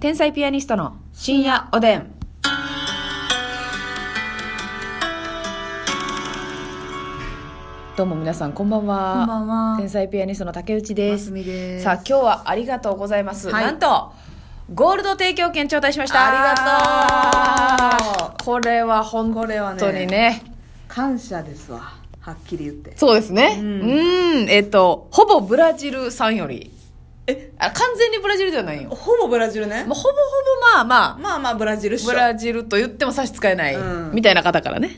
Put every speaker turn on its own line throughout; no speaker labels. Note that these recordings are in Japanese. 天才ピアニストの深夜おでん。どうも皆さんこんばんは。
こんばんは
天才ピアニストの竹内です。
ますみです
さあ今日はありがとうございます。
はい
なんとゴールド提供券頂戴しました。
ありがと
う。これは本
これはね
当にね。
感謝ですわはっきり言って
そうですね。う
うんん、
えっ、と、ほぼブラジルさんより。えあ完全にブラジルではないよ。もう
ほぼブラジルね
ほぼほぼまあまあ、
まあまあブラジルっしょ
ブラジルと言っても差し支えない、
うん
みたいな方から ね、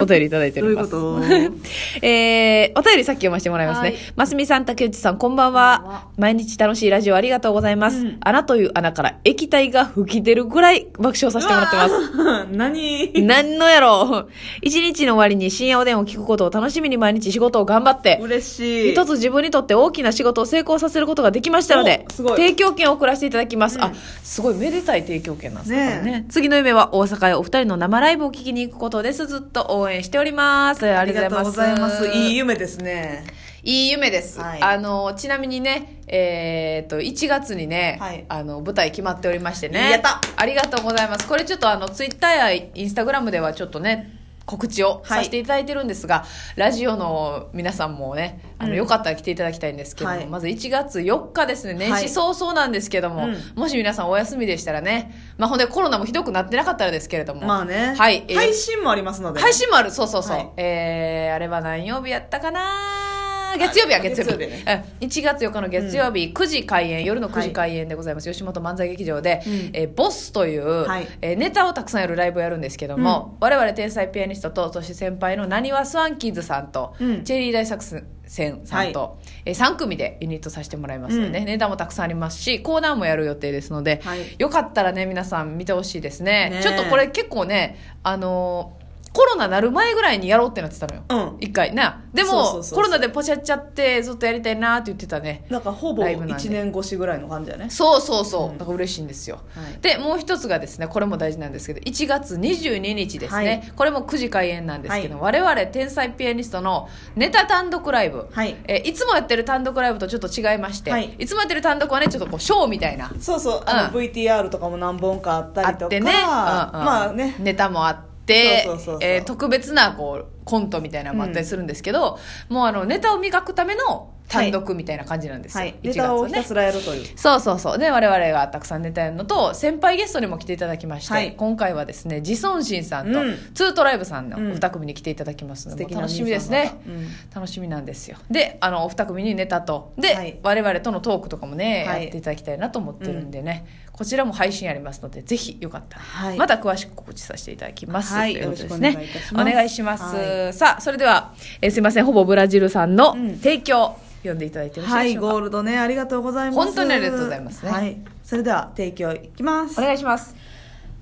お便りいただいております。
どういうこ
えー、お便りさっき読ませてもらいますね。
はい
ますみさん、竹内さん、こんばん
こんばん
は
は。
毎日楽しいラジオありがとうございます。
うん
穴という穴から液体が吹き出るぐらい爆笑させてもらって ます。
ます何
なんのやろう。一日の終わりに深夜おでんを聞くことを楽しみに毎日仕事を頑張って、
嬉しい
一つ自分にとって大きな仕事を成功させることができましたので、
おすごい
提供券を送らせていただきます。
うん
あ、すごいめでたい提供券なんですね
ねえ
これね。次の夢は大阪へお二人の生ライブを聞きに行くことです。ずっと応援しております。あ
あ
り
り
が
が
と
と
う
う
ご
ご
ざ
ざ
い
い
ま。
ますすいい夢ですね
いい夢です。
はい
あの、ちなみにね、えーっと、1月にね、
はい
あの、舞台決まっておりましてね。
やった
ありがとうございます。これちょっとあの、ツイッターやインスタグラムではちょっとね、告知をさせていただいてるんですが、ラジオの皆さんもね、あの、
うん
よかったら来ていただきたいんですけども、
はい
まず1月4日ですね、年
は
始
い
早々なんですけども、
うん
もし皆さんお休みでしたらね、まあ、ほんでコロナもひどくなってなかったらですけれども、
まあね
はいえー
配信もありますので
配信もあるそうそうそう、
はい
えー、あれは何曜日やったかな月曜日は月曜日
月曜日
うん1月4日の月曜日、9時開演夜の9
は
時
い
開演でございます、吉本漫才劇場で、
うん
えーボスという、
はい
えーネタをたくさんやるライブをやるんですけども、我々天才ピアニストとそして先輩のなにわスワンキーズさんと、
うん
チェリー大作戦さんと、えー、3組でユニットさせてもらいますので、ね
う
ネタもたくさんありますしコーナーもやる予定ですので、
はい
よかったらね皆さん見てほしいですね
ねえ
ちょっとこれ結構ねあのーコロナなる前ぐらいにやろうってなってたのよ、
うん
一回なでも
そうそうそうそう
コロナでポシャっちゃってずっとやりたいなって言ってたね
なんかほぼ
ライブなんで
1年越しぐらいの感じだね
そうそうそう、
うん
だから嬉しいんですよ、
はい
でもう一つがですねこれも大事なんですけど1月22日ですね、
はい
これも9時開演なんですけど、我々天才ピアニストのネタ単独ライブ、
はい
えーいつもやってる単独ライブとちょっと違いまして、
はい
い、つもやってる単独はねちょっとこうショーみたいな
そうそうあの
う
VTR とかも何本かあった
あ
りと
っ
か
てね、うんうん
まあね
ネタもあって
そうそうそうそう
えー特別なこうコントみたいなのもあったりするんですけど、もうあのネタを磨くための単独みたいな感じなんですよ、
はい
1
ネ
月
タを
は
ひた
ね
すらやるという
そうそうそうで我々がたくさんネタやるのと先輩ゲストにも来ていただきまして、
はい
今回はですねジソンシンさんと、
うん
ツートライブさんの
うん
2組に来ていただきますの
素
で、
敵
もう
な
楽しみですね、
皆様がうん
楽しみなんですよであのお二組にネタとで、
はい
我々とのトークとかもね、
はい
やっていただきたいなと思ってるんでね、こちらも配信ありますのでぜひよかったら、
はい
また詳しく告知させていただきます、
はい
ということです
よろ
ね
しく
お
お願いいたします
願いします、
は
さあそれでは、えーすいませんほぼブラジルさんの
うん
提供、読んでいただいてよろしい
は
で
い
しょうか、
ゴールドねありがとうございます
本当にありがとうございますね
はい、それでは提供いきます
お願いします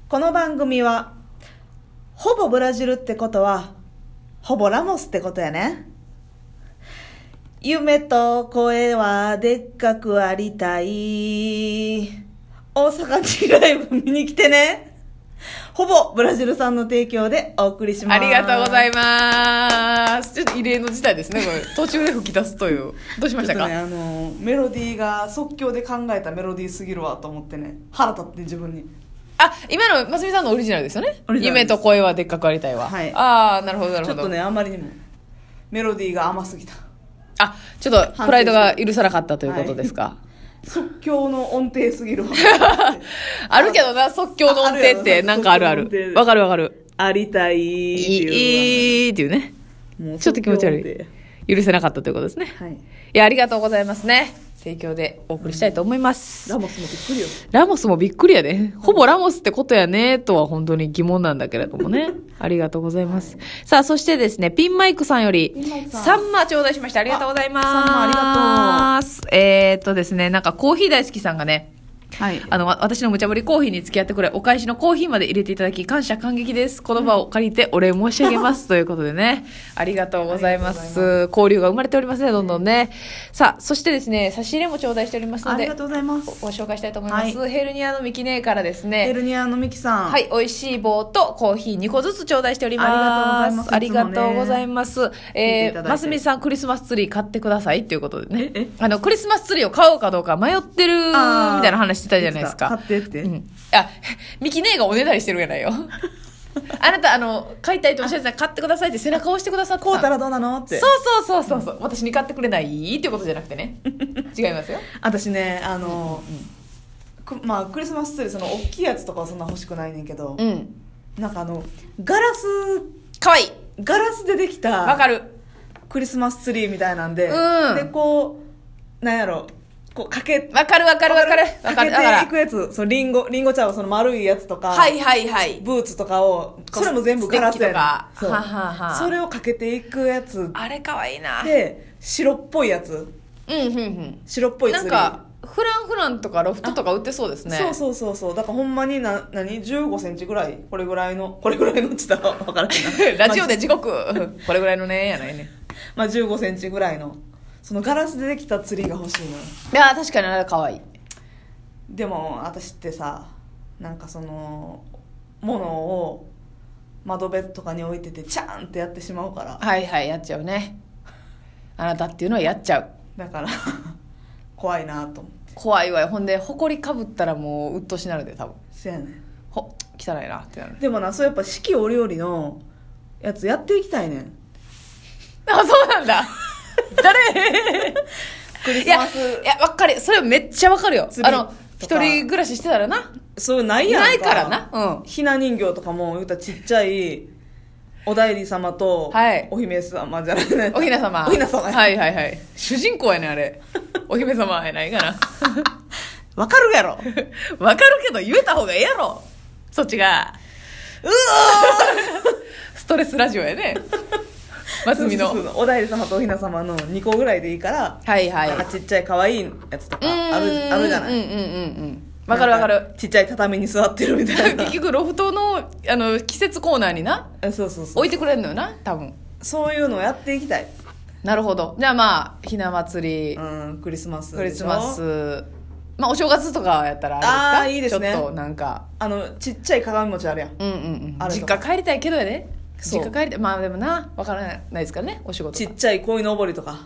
この番組はほぼブラジルってことはほぼラモスってことやね夢と声はでっかくありたい大阪地ライブ見に来てねほぼブラジルさんの提供でお送りしま
あ
す
りがとうござい
ま
ます。ちょっと異例の事態ですね、これ。途中で吹き出すという。どうしまし
ち
た
ょっと
か、
ねあのメロディーが即興で考えたメロディーすぎるわと思ってね腹立って自分に
あ、今のますみさんのオリジナルですよね
オ。リジナル
夢
で
と
す
声はでっかくありたいわ。
はい
ああ、なるほど、なる
ちょ
ほど。
っとねあまりにもメロディーが甘すぎた
あ、ちょっとプライドが許さなかったということですか。
即興の音程す ぎるわ
あるけどな、即興の音程って、なんかあるあ
あるよ
る。
な
わかるわかる。
ありたいって
い
いう
い、いいっていうね。
のがねもう
ちょっと気持ち悪
即興音
い。許せなかったということですね。
程はい
いや、ありがとうございますね。提供でお送りしたいと思います。
ラモスもびっくりよ
ラモスもびっくりやで、ほぼラモスってことやね、とは本当に疑問なんだけれどもね。 ありがとうございます。さあ、そしてですね、ピンマイクさんより
ピンマイ、クさ
サ
ん
ンマ頂戴しました。ありがとうございます。
あサンマありが
とうございます。えー、っとですね、なんかコーヒー大好きさんがね、
はい
あの、わ私の無茶ぶりコーヒーに付き合ってくれ、お返しのコーヒーまで入れていただき、感謝感激です。この場を借りてお礼申し上げます。ということで ね、ありがとうございま
ありが
す
とうご。
交流が生まれておりますね、どんどんね。さあ、そしてですね、差し入れも頂戴しておりますの
あり
で
が、とうございます
ご紹介したいと思います、
は
ヘルニアのミキ姉からです
ヘ
ね
ルニアのミキさん
はい、美味しい棒とコーヒー2個ずつ頂戴しております。
ありがと
ありがとう
うございます
ございます。
ね
え
聞いていただ
ー、
いて
ますみさん、クリスマスツリー買ってくださいっていうことでね
ええ。
あの、クリスマスツリーを買おうかどうか迷ってるみ
あー
たいな話してたじゃないですか。
買ってって
うん。あ、ミキ姉がおねだりしてるじゃ ないよ。あなた、あの、買いたいとおっしゃってた買ってくださいって背中を押してくださった。
こうたらどうなのって
そうそうそうそうそう、私に買ってくれないっていうことじゃなくてね違いますよ
私ねあの、くまあクリスマスツリーその大きいやつとかはそんな欲しくないねんけど、
うん
なんかあのガラス
かわいい
ガラスででき
わか
た
る
クリスマスツリーみたいなんで、
うん
でこうなんやろこうかけ
わかるわかるわかるわかるだか
かけてい
ら
くやつそのリンゴリンゴ茶をその丸いやつとか、
はいはいはい
ブーツとかをそれも全部ガラス
ステッキとか
やねんそう
ははは
それをかけていくやつ
あれかわいいな
で白っぽいやつ
うんうんうん
白っぽい
な
ツ
ん
リー
かフランフランとかロフトとか売ってそうですね
そうそうそうそうだからほんまにな何1 5センチぐらいこれぐらいのこれぐらいのって言ったら分からんけ ど
ラジオで時刻 これぐらいのねやないね
まあ、1 5ンチぐらいのそのガラスでできたツリーが欲しいのよ
いや確かにあれかわいい
でも私ってさなんかそのものを窓辺とかに置いててチャーンってやってしまうから
はいはいやっちゃうねあなたっていうのはやっちゃう
だから 怖いなと思う
怖いわよほんで埃かぶったらもううっとうしなるで多分
せやねん
ほ汚いなってなる
でもなそうやっぱ四季折々のやつやっていきたいねん
あ、そうなんだ。 誰
クリ
い
ス
や、
マ
い
ス
や、わかる。それめっちゃわかるよ。
釣り
あの、
と
一
か
人暮らししてたらな。
そうない
い
やんか
ないからな。
ひな人形とかも言うたらちっちゃいおだいり様と
はい
お姫様じゃない、
うん。おひなさま。
おひな様や
はいはいはい。主人公やねんあ れ。お姫様やないかな。
わかるやろう
わかるけど言えた方がええやろ。そっちが。 ストレスラジオやね。マスミの。
そうそうそうおだいり様とおひな様の2個ぐらいでいいから、
はいはい。
なんかちっちゃい可愛いやつとか
うん
あるあるじゃな
うん
い
うんうんうん。わかるわか
なん
る。
ちっちゃい畳に座ってるみたい な
結局ロフトの、あの、季節コーナーにな、
えそうそうそう
置いてくれんのよな、多分。
そういうのをやっていきたい、
なるほどじゃあまあひな祭り
うん、クリスマス
クリ
でし
ス
ょ
マスまあお正月とかやったらあれですか
あーいいですね
ちょっとなんか
あのちっちゃい鏡餅あるやん
うんうんう
あ
ん
る
実
と
家
か
帰りたいけどやで
そう
実家帰りたいまあでもなわからないですからねお仕事
ち
が
っちゃい鯉のぼりとか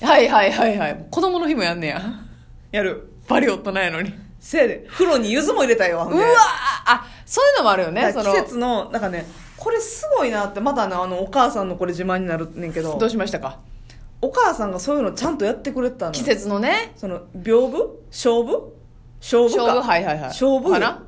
はいはいはいはい子供の日もやんねや
やる
バリ大人やのに
せやで風呂に柚子も入れたよわほん
う
で
わーあそういうのもあるよね
だ
そ
から
の
季節のなんかねこれすごいなってまたねあのお母さんのこれ自慢になるねんけど
どうしましたか
お母さんがそういうのちゃんとやってくれてたのよ
季節のね
その屏風勝負勝負
勝負
か
はいはいはい
勝負よ
かなあ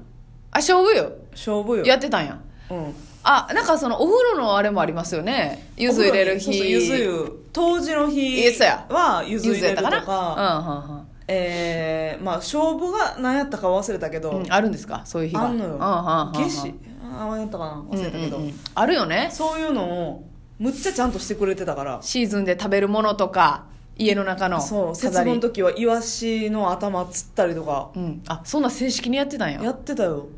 勝負よ
勝負よ
やってたんや
うん
あなんかそのお風呂のあれもありますよね柚子入れる日
そうそうゆず湯冬至の
いや
日
そうや
はゆず入れると
ゆ
か
ずやったかな
えー、まあ勝負が何やったか忘れたけど、
うんうんうんうんあるんですかそういう日が
あんのよ夏
うん
至あ何やったかな忘れたけど、
うんうんうんあるよね
そういうのをむっちゃちゃんとしてくれてたから
シーズンで食べるものとか家の中の
そう節
飾り
分の時はイワシの頭釣ったりとか
うん、あそんな正式にやってたんや
やってたよ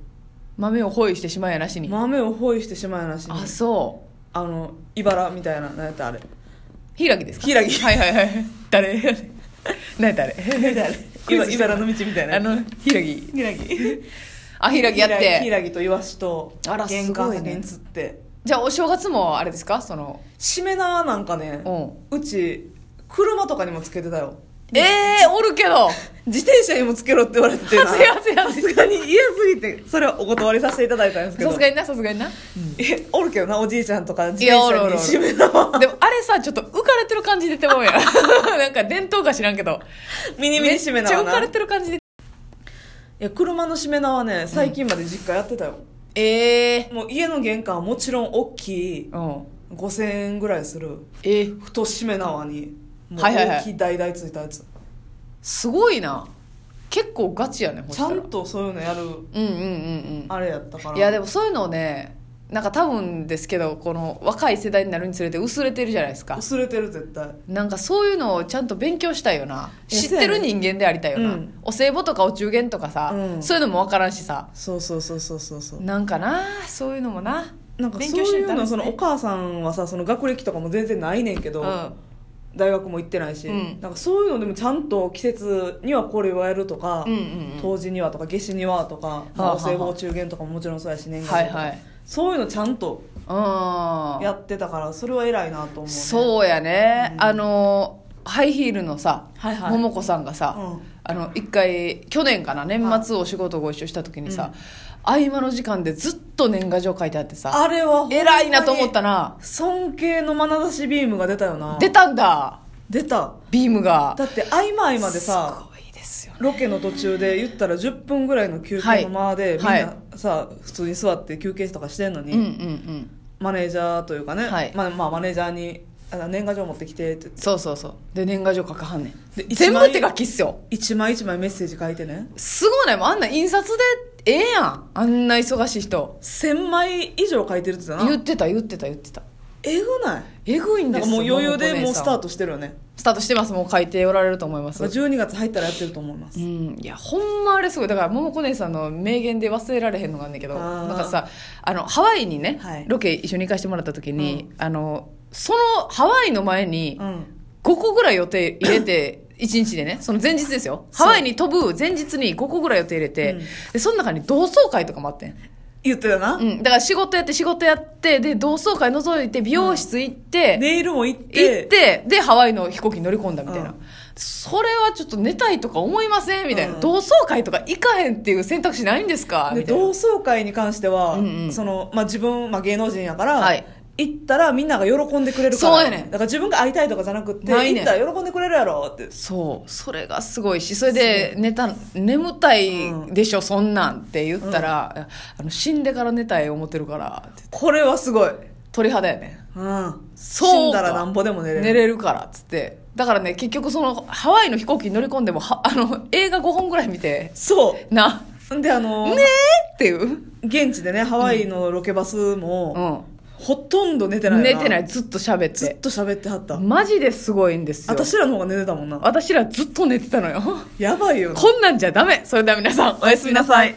豆を包囲してしまいやなしに、
豆を包囲してしまいなしに
あそう
あの茨みたいな何やったあれ
柊ですか
ひらぎ
はいはいはい誰何やったあれクイズしてる
茨の道みたいな
あの柊
ひらぎ
あ柊やっ
ひ
て
らぎとイワシと
あら
玄
すご
関
いね
先に釣って
じゃあお正月もあれですかその
しめ縄なんかね
うん
うち車とかにもつけてたよ
ええー、おるけど
自転車にもつけろって言われててな
はずいはずいは
さすがに嫌すぎてそれはお断りさせていただいたんですけど
さすがになさすがにな
えおるけどなおじいちゃんとか自
いやお
転
るおる
車
お
に
る
しめ縄
でもあれさちょっと浮かれてる感じ出てまうやんなんか伝統か知らんけど
ミニミニしめ
めっちゃ
縄
浮か
な
れ
い
てる感じで
や車のしめ縄ね最近まで実家やってたよ、
ええ
もう家の玄関はもちろん大きい
うん
5000円ぐらいする
えー
太しめ縄にもう
はいはいはい
大きい大々ついたやつ、
すごいな結構ガチやねほし
ち
た
ゃ
ら
んとそういうのやる
うんうんうん
あれやった
う
から
んいやで
も
もそういうのをねなんか多分ですけどこの若い世代になるにつれて薄れてるじゃないですか
薄れてる絶対
なんかそういうのをちゃんと勉強したいよない
や
知って
そう
る
やね
人間でありたいよな、
うん
お歳暮とかお中元とかさ、
うん
そういうのも分からんしさ
そうそうそうそうそうそう
なんかなそういうのもな
なんかそう
勉強して
い
み
う
たら
の
です
そ
ね
のお母さんはさその学歴とかも全然ないねんけど、
うん
大学も行ってないし、
うん
なんかそういうのでもちゃんと季節にはこれをやるとか、
うんうんうん
冬至にはとか夏至にはとか、まあお歳暮お中元とかももちろんそうやし年賀状
は
と
い
か
はい
そういうのちゃんと
うん
やってたからそれは偉いなと思う、ね、う
そうやね、
うん
あのハイヒールのさ、
はいはい
桃子さんがさ、
うん
あの一回去年かな年末お仕事ご一緒した時にさ、合間の時間でずっと年賀状書いてあってさ
あれは本当に
偉いなと思ったな
尊敬の眼差しビームが出たよな
出たんだ
出た
ビームが
だって合間合間でさ
すごいですよね
ロケの途中で言ったら10分ぐらいの休憩の間で、
はい
みんなさ普通に座って休憩とかしてんのに、
うんうんうん
マネージャーというかね、
はい
まあまあ、マネージャーにあの年賀状持ってきてって
そうそうそうで年賀状書かはんね
で
ん全部手書きっすよ
一枚一枚メッセージ書いてね
すごないもんあんな印刷でええやんあんな忙しい人
1000枚以上書いてるって言ってた
言
な
ってた言ってた言ってた
えぐない
えぐいん
な
で
ん
す
か
よ
もう余裕でもうスター
ト
トしてるよね
スタートしてますもう書いておられると思います
12月入ったらやってると思います、
うん、いやほんまあれすごいだから桃子姉さんの名言で忘れられへんのがあんねんけど
あー
なんかさあのハワイにね、
はい
ロケ一緒に行かせてもらった時に、あのそのハワイの前に
うん
5個ぐらい予定入れ て1日でねその前日ですよ
そ
ハ
う
ワイに飛ぶ前日に5個ぐらい予定入れて、
うん
でその中に同窓会とかもあってん、
言ってたな、
うん、だから仕事やって仕事やってで同窓会覗いて美容室行って、
ネイルも行っ
行っててでハワイの飛行機に乗り込んだみたいな、
うん
それはちょっと寝たいとか思いませんみたいな、
うん
同窓会とか行かへんっていう選択肢ないんですか
で
みたい
同
な
窓会に関しては、
うんうん
そのまあ、自分、まあ、芸能人やから、
はい
行ったらみんなが喜んでくれるから
そうやねん
だから自分が会いたいとかじゃなくて
ないねん
行ったら喜んでくれるやろって
そうそれがすごいしそれで寝た眠たいでしょ、そんなんって言ったら、あの死んでから寝たい思ってるからって
これはすごい、
鳥肌やね
うん、
そうか
死んだらなんぼでも寝れる
寝れるからっつってだからね結局そのハワイの飛行機に乗り込んでもはあ の映画5本ぐらい見て
そ
な
うであのー
ねえっていう、
現地でねハワイのロケバスも、
うん、
ほとんど 寝てないよ
寝てないずっと喋って
ずっと喋ってはった
マジですごいんですよ
私らの方が寝てたもんな
私らずっと寝てたのよ
やばいよな
こんなんじゃダメそれでは皆さんおやすみなさい